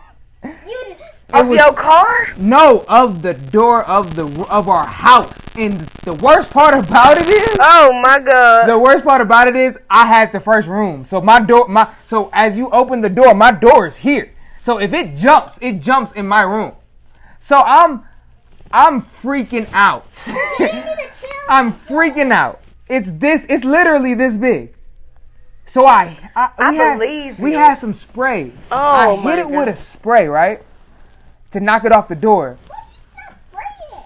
S7: it. [laughs]
S6: You just,
S7: it
S8: Of
S7: was-
S8: your car?
S7: no, of the door of the of our house. And the worst part about it is [laughs]
S8: Oh my god.
S7: the worst part about it is I had the first room. So my door my so as you open the door, my door is here. So if it jumps, it jumps in my room. So I'm I'm freaking out. [laughs] I'm freaking out. It's this it's literally this big. So I I, we had-
S8: believe
S7: we
S8: you.
S7: had some spray.
S8: oh
S7: I
S8: my
S7: hit it
S8: God.
S7: with a spray, right? To knock it off the door.
S6: not spraying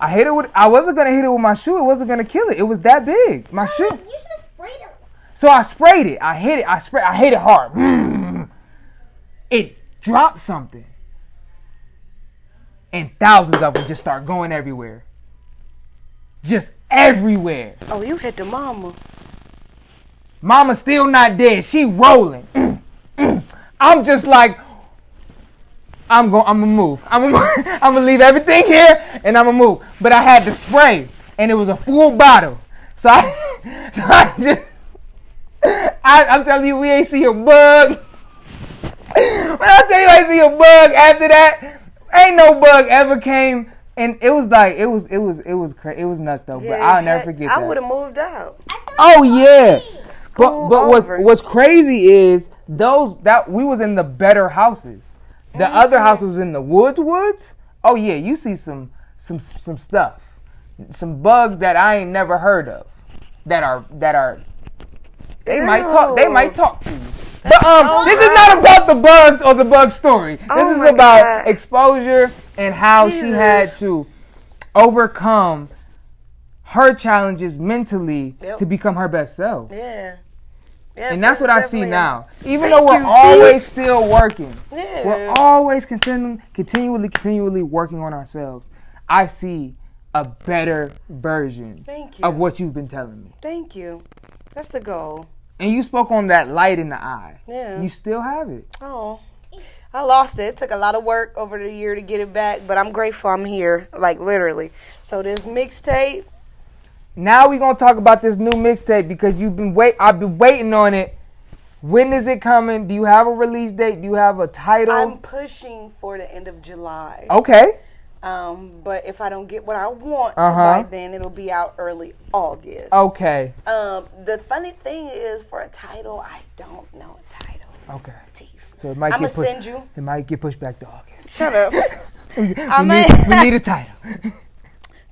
S7: I hit it with I wasn't gonna hit it with my shoe, it wasn't gonna kill it. It was that big.
S8: Oh.
S7: My shoe.
S6: it. You should have sprayed it.
S7: So I sprayed it. I hit it. I spray. I hit it hard. [laughs] Mm. It dropped something, and thousands of them just start going everywhere. Just everywhere.
S8: Oh, you hit the mama.
S7: Mama's still not dead. She rolling. Mm, mm. I'm just like, I'm going. I'm gonna [laughs] move. I'm gonna. I'm gonna leave everything here, and I'm gonna move. But I had to spray, and it was a full bottle. So I, [laughs] so I just. I, I'm telling you, we ain't see a bug. When I tell you, I ain't see a bug after that. Ain't no bug ever came, and it was like it was it was it was cra- it was nuts though. but I'll never
S8: heck,
S7: forget
S8: I
S7: that.
S8: would have moved out.
S6: I thought
S7: Oh,
S6: it was
S7: yeah.
S6: sprayed.
S7: But but what's what's crazy is those that we was in the better houses. The other house was in the woods woods. Oh yeah, you see some some some stuff. Some bugs that I ain't never heard of. That are that are they might talk they might talk to you. But um this is not about the bugs or the bug story. This
S8: Oh
S7: is
S8: my
S7: about
S8: God.
S7: exposure and how she
S8: Jesus.
S7: had to overcome her challenges mentally
S8: Yep.
S7: to become her best self.
S8: Yeah. Yeah,
S7: And that's what I see
S8: definitely.
S7: now. Even though we're
S8: you,
S7: always still working,
S8: Yeah.
S7: we're always continuing, continually, continually working on ourselves. I see a better version
S8: Thank you.
S7: of what you've been telling me.
S8: Thank you. That's the goal.
S7: And you spoke on that light in the eye.
S8: Yeah.
S7: You still have it.
S8: Oh. I lost it. It took a lot of work over the year to get it back, but I'm grateful I'm here, like literally. So this mixtape,
S7: Now we're gonna talk about this new mixtape because you've been wait. I've been waiting on it. When is it coming? Do you have a release date? Do you have a title?
S8: I'm pushing for the end of July.
S7: okay.
S8: Um, but if I don't get what I want
S7: Uh-huh. Oh.
S8: by then, it'll be out early August.
S7: Okay.
S8: Um, the funny thing is, for a title, I don't know a title.
S7: Okay.
S8: Teeth.
S7: So it might
S8: I'm gonna
S7: get pushed.
S8: send you.
S7: It might get pushed back to August. [laughs]
S8: Shut up,
S7: we,
S8: might-
S7: need, we
S8: [laughs]
S7: need a title.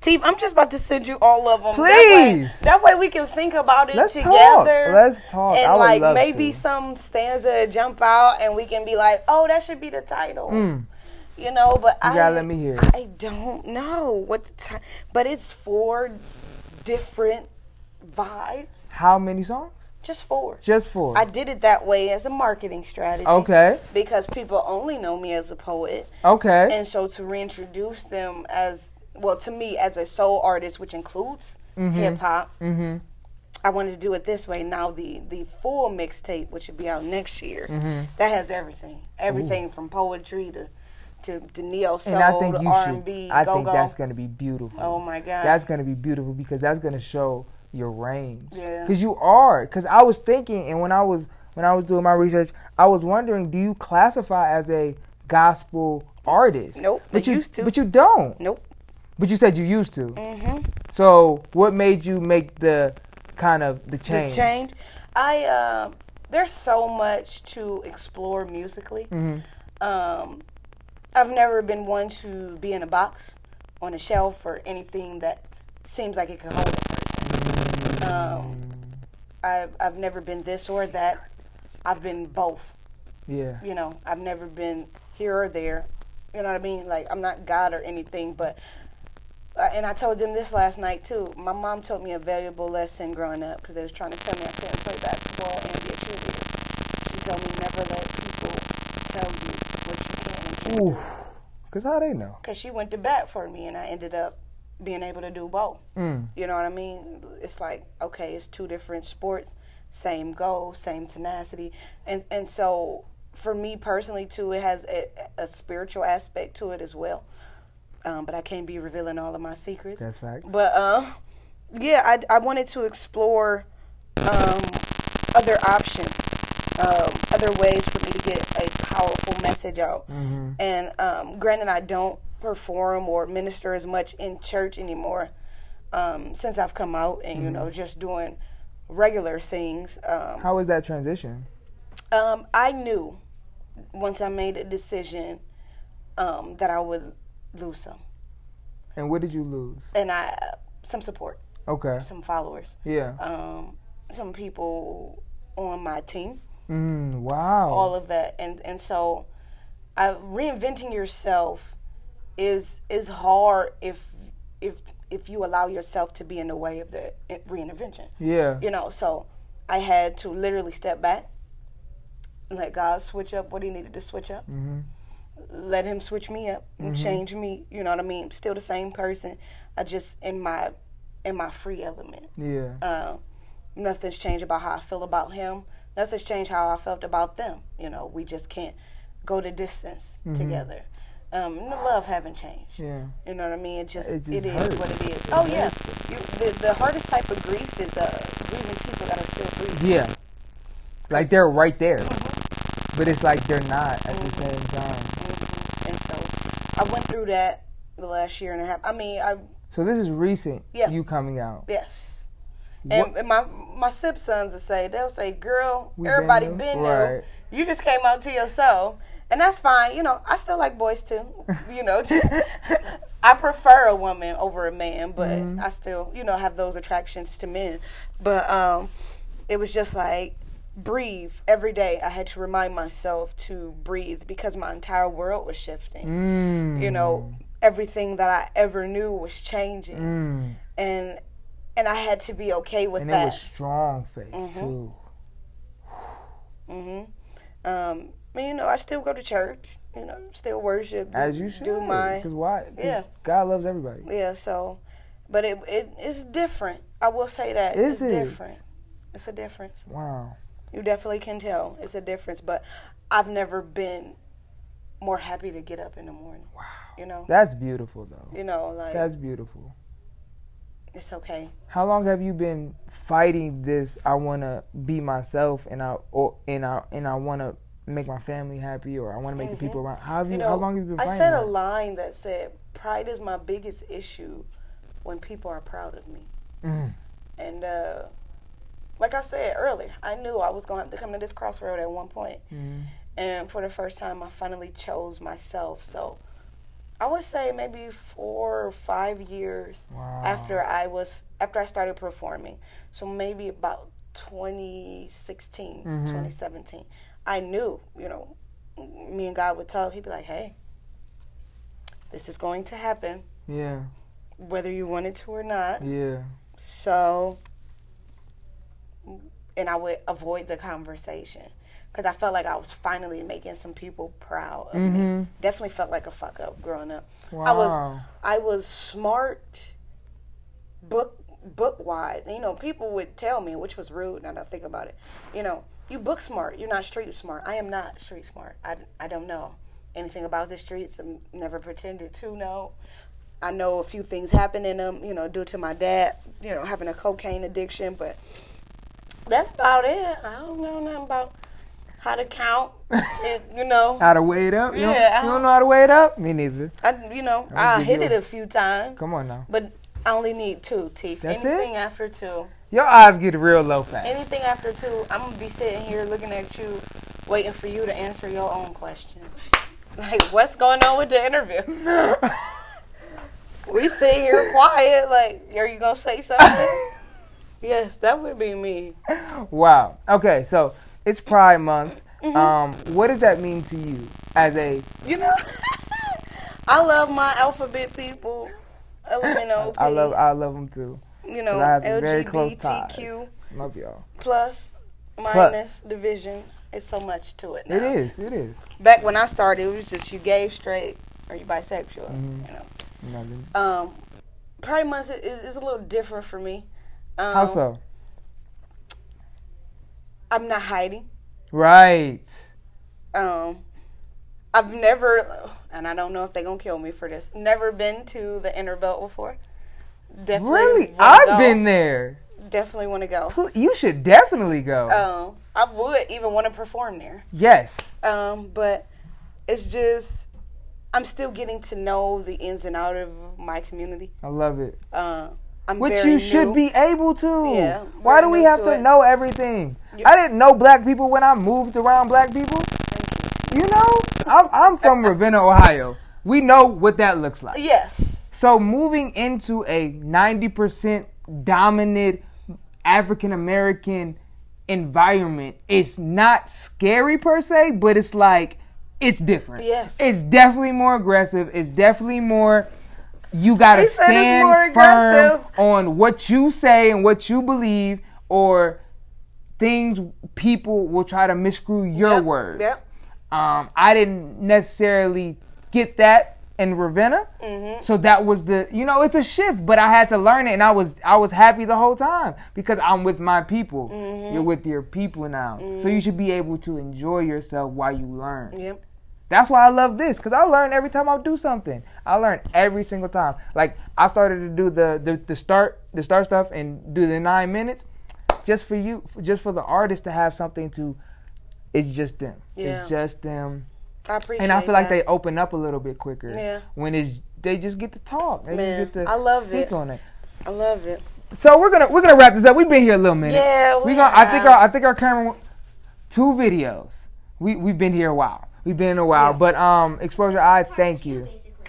S8: Teeth. I'm just about to send you all of them.
S7: Please.
S8: That way, that way we can think about it
S7: Let's
S8: together.
S7: talk. Let's talk.
S8: And
S7: I would
S8: like
S7: love
S8: maybe
S7: to.
S8: some stanza jump out, and we can be like, "Oh, that should be the title." You know, but
S7: Mm. You
S8: I
S7: gotta let me hear it.
S8: I don't know what the time, but it's four different vibes.
S7: How many songs?
S8: Just four.
S7: Just four.
S8: I did it that way as a marketing strategy.
S7: okay.
S8: Because people only know me as a poet.
S7: Okay.
S8: And so to reintroduce them as, well, to me as a soul artist, which includes
S7: Mm-hmm.
S8: hip hop,
S7: Mhm.
S8: I wanted to do it this way. Now, the, the full
S7: Mm-hmm.
S8: mixtape, which will be out next year, that has everything everything from poetry to to, to neo soul,
S7: and I think you
S8: R&B,
S7: should. I
S8: go
S7: think
S8: go.
S7: that's gonna be beautiful.
S8: oh my god,
S7: That's gonna be beautiful because that's gonna show your range.
S8: yeah.
S7: Cause you are. Cause I was thinking, and when I was when I was doing my research, I was wondering, do you classify as a gospel artist?
S8: Nope,
S7: But
S8: I
S7: you
S8: used to.
S7: But you don't.
S8: Nope.
S7: But you said you used to.
S8: hmm
S7: So what made you make the kind of the change?
S8: The change. I uh, there's so much to explore musically.
S7: Mhm.
S8: Um, I've never been one to be in a box, on a shelf, or anything that seems like it could hold. a person. Um, I've I've never been this or that. I've been both
S7: Yeah.
S8: you know, I've never been here or there. You know what I mean? Like I'm not God or anything, but uh, and I told them this last night too. My mom taught me a valuable lesson growing up because they was trying to tell me I couldn't play basketball and be a cheerleader. She told me never let people tell you what you can and can't
S7: Ooh. Cause how they know?
S8: because she went to bat for me and I ended up being able to do both.
S7: Mm.
S8: You know what I mean? It's like okay, it's two different sports, same goal, same tenacity, and and so for me personally too, it has a, a spiritual aspect to it as well. Um, but I can't be revealing all of my secrets.
S7: That's fact.
S8: But um, yeah, I, I wanted to explore um, other options, um, other ways for me to get a powerful message out. And um, granted, I don't perform or minister as much in church anymore um, since I've come out and you know just doing regular things. Um,
S7: How was that transition?
S8: um, I knew once I made a decision um, that I would lose some,
S7: And what did you lose?
S8: and I uh, some support,
S7: Okay.
S8: some followers.
S7: Yeah.
S8: um, some people on my team,
S7: Mm, wow.
S8: all of that, and and so uh, reinventing yourself is is hard if if if you allow yourself to be in the way of the reinvention,
S7: yeah.
S8: you know. So I had to literally step back and let God switch up what He needed to switch up.
S7: hmm
S8: Let Him switch me up and change me. You know what I mean? Still the same person. I just in my in my free element.
S7: Yeah.
S8: Um, nothing's changed about how I feel about him. Nothing's changed how I felt about them. You know, we just can't go the distance
S7: Mm-hmm.
S8: together. Um, and the love haven't changed.
S7: Yeah.
S8: You know what I mean? It just,
S7: It
S8: it
S7: just
S8: is
S7: hurts.
S8: what it is. oh yeah. You, the, the hardest type of grief is uh, grieving people that are still grieving.
S7: Yeah. Like they're right there. But it's like they're not at the same
S8: Mm-hmm.
S7: time.
S8: And so, I went through that the last year and a half. I mean, I
S7: So this is recent.
S8: Yeah.
S7: You coming out.
S8: yes. And, and my my stepsons will say they'll say, "Girl,
S7: We been
S8: everybody
S7: new."
S8: been, new.
S7: Right.
S8: you just came out to yourself and that's fine you know i still like boys too you
S7: [laughs]
S8: know just i prefer a woman over a man but
S7: Mm-hmm.
S8: i still you know have those attractions to men but um it was just like breathe every day i had to remind myself to breathe because my entire world was shifting
S7: Mm.
S8: you know everything that i ever knew was changing
S7: Mm.
S8: and and i had to be okay with
S7: And it
S8: that
S7: was strong faith
S8: Mm-hmm.
S7: too.
S8: hmm Um, but you know, I still go to church. You know, still worship. do-
S7: As you should.
S8: do my
S7: 'Cause why? 'Cause
S8: Yeah.
S7: God loves everybody.
S8: yeah. So, but it it is different. I will say that
S7: Is
S8: it's
S7: it?
S8: different. It's a difference.
S7: Wow.
S8: You definitely can tell it's a difference. But I've never been more happy to get up in the morning. Wow. You know.
S7: That's beautiful though.
S8: you know, like
S7: That's beautiful.
S8: it's okay.
S7: How long have you been fighting this I want to be myself and I or, and I and I want to make my family happy or I want to make the people around. How have you,
S8: Mm-hmm. You know,
S7: how long have you been
S8: I
S7: fighting?
S8: said a
S7: that?
S8: line that said, "Pride is my biggest issue when people are proud of me."
S7: Mm.
S8: And uh, like I said earlier, I knew I was going to have to come to this crossroad at one point.
S7: Mhm.
S8: And for the first time, I finally chose myself. So I would say maybe four or five years
S7: Wow.
S8: after I was after I started performing. So maybe about 2016, 2017. I knew, you know, me and God would talk. He'd be like, "Hey, this is going to happen,
S7: Yeah.
S8: whether you want it to or not."
S7: Yeah.
S8: So, and I would avoid the conversation because I felt like I was finally making some people proud of me.
S7: Mhm.
S8: Definitely felt like a fuck up growing up.
S7: Wow.
S8: I was I was smart, book book wise, and you know people would tell me, which was rude. Now that I think about it, you know, you book smart, you're not street smart. I am not street smart. I, I don't know. anything about the streets. I'm never pretended to know. I know a few things happened in them, you know, due to my dad, you know, having a cocaine addiction, but that's about it. I don't know nothing about how to
S7: [laughs]
S8: count, it, you know.
S7: How to weigh it up? You,
S8: Yeah,
S7: don't,
S8: I
S7: you
S8: don't-
S7: don't know how to weigh it up? Me neither.
S8: I, you know,
S7: I'll
S8: I
S7: give
S8: hit
S7: you
S8: it
S7: a-
S8: a few times,
S7: Come on now.
S8: but I only need two teeth.
S7: That's it?
S8: anything after two,
S7: Your eyes get real low fast.
S8: anything after two, I'm gonna be sitting here looking at you, waiting for you to answer your own question. [laughs] Like, what's going on with the interview? [laughs] We sit here quiet, like, are you gonna
S7: [laughs]
S8: say something? yes, that would be me.
S7: [laughs] wow. Okay, so it's Pride Month.
S8: Mm-hmm.
S7: Um, what does that mean to you as a
S8: You know, [laughs] I love my alphabet people. Uh, LMNOP.
S7: I love I love them too. 'cause
S8: you know
S7: I have some very close
S8: LGBTQ
S7: ties. Love y'all.
S8: plus minus division. It's so much to it. Now.
S7: It is. It is.
S8: Back when I started, it was just you gay, straight, or you bisexual.
S7: Mhm.
S8: You know,
S7: You know what I mean?
S8: um, Pride Month is, is a little different for me. Um,
S7: How so?
S8: I'm not hiding.
S7: Right.
S8: um I've never and I don't know if they're gonna kill me for this. Never been to the inner belt before. Definitely
S7: Really?
S8: wanna go.
S7: I've been there.
S8: Definitely want to go.
S7: Pl- You should definitely go.
S8: Um, I would even want to perform there.
S7: yes.
S8: Um, but it's just I'm still getting to know the ins and out of my community.
S7: I love it.
S8: Uh, I'm
S7: Which
S8: very
S7: you should
S8: new.
S7: be able to.
S8: Yeah,
S7: Why
S8: very
S7: do we
S8: new
S7: have
S8: to
S7: to
S8: it.
S7: know everything?
S8: Yeah.
S7: I didn't know black people when I moved around black people. You know, I'm, I'm from Ravenna, Ohio. We know what that looks like.
S8: Yes.
S7: So moving into a 90% dominant African American environment, it's not scary per se, but it's like it's different.
S8: Yes.
S7: It's definitely more aggressive. It's definitely more you gotta
S8: He said it's more
S7: stand firm
S8: aggressive.
S7: on what you say and what you believe or things people will try to misscrew your
S8: Yep,
S7: words.
S8: yep.
S7: Um, I didn't necessarily get that in Ravenna, so that was the you know it's a shift, but I had to learn it, and I was I was happy the whole time because I'm with my people. You're with your people now, so you should be able to enjoy yourself while you learn.
S8: Yep.
S7: That's why I love this because I learn every time I do something. I learn every single time. Like I started to do the the, the start the start stuff and do the nine minutes, just for you, just for the artist to have something to. It's just them.
S8: Yeah.
S7: It's just them.
S8: I appreciate.
S7: And I feel like
S8: that.
S7: they open up a little bit quicker.
S8: Yeah.
S7: When it's they just get to talk. They
S8: Man,
S7: just get to
S8: I love
S7: speak
S8: it.
S7: on it.
S8: I love it.
S7: So we're gonna we're gonna wrap this up. We've been here a little minute.
S8: Yeah,
S7: We
S8: we
S7: gonna I think
S8: have.
S7: our I think our camera two videos. We we've been here a while. We've been in a while. But um Exposure Eye, thank you.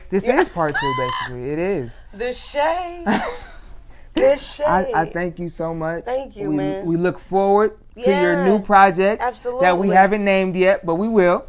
S7: This is part
S8: [laughs]
S7: two basically. It is.
S8: The shade. the shade.
S7: [laughs] I, I thank you so much.
S8: Thank you,
S7: we,
S8: man.
S7: We look forward to your
S8: Yeah.
S7: new project that we
S8: Absolutely.
S7: haven't named yet, but we will.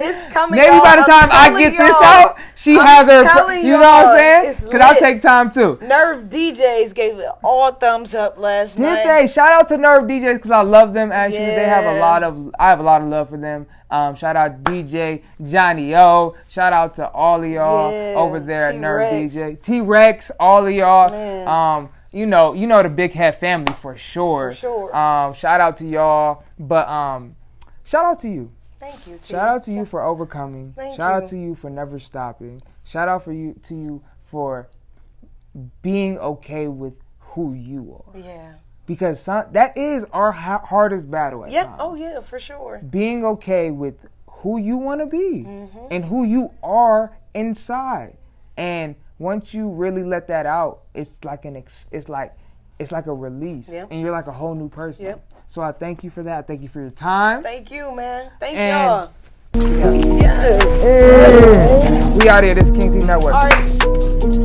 S8: It's coming.
S7: Maybe
S8: y'all.
S7: by the
S8: I'm
S7: time I
S8: telling
S7: get this
S8: y'all.
S7: out, she
S8: I'm
S7: has her. pro-
S8: telling
S7: You know what
S8: y'all,
S7: I'm saying?
S8: it's
S7: Because I'll
S8: lit.
S7: take time too.
S8: Nerve DJs gave it all thumbs up last night.
S7: Did they? Shout out to Nerve DJs because I love them. Actually, they have a
S8: Yeah.
S7: lot of. I have a lot of love for them. Um, shout out DJ Johnny O. Shout out to all of y'all
S8: Yeah,
S7: over there at Nerve
S8: T-Rex.
S7: DJ. T Rex, all of y'all.
S8: Man.
S7: Um, you know, you know the Big Head family for sure.
S8: For sure.
S7: Um, shout out to y'all, but um, shout out to you.
S8: Thank you. T.
S7: Shout out to you for overcoming.
S8: Thank
S7: Shout out
S8: you.
S7: to you for never stopping. Shout out for you to you for being okay with who you are
S8: Yeah.
S7: because some, that is our ha- hardest battle at
S8: Yep.
S7: times.
S8: Oh yeah, for sure.
S7: Being okay with who you want to be
S8: Mm-hmm.
S7: and who you are inside, and once you really let that out, it's like an ex- it's like it's like a release,
S8: Yep.
S7: and you're like a whole new person.
S8: Yep.
S7: So I thank you for that. I thank you for your time.
S8: Thank you, man. Thank
S7: And-
S8: y'all.
S7: Hey. We out here. This is King T Network.
S8: All right.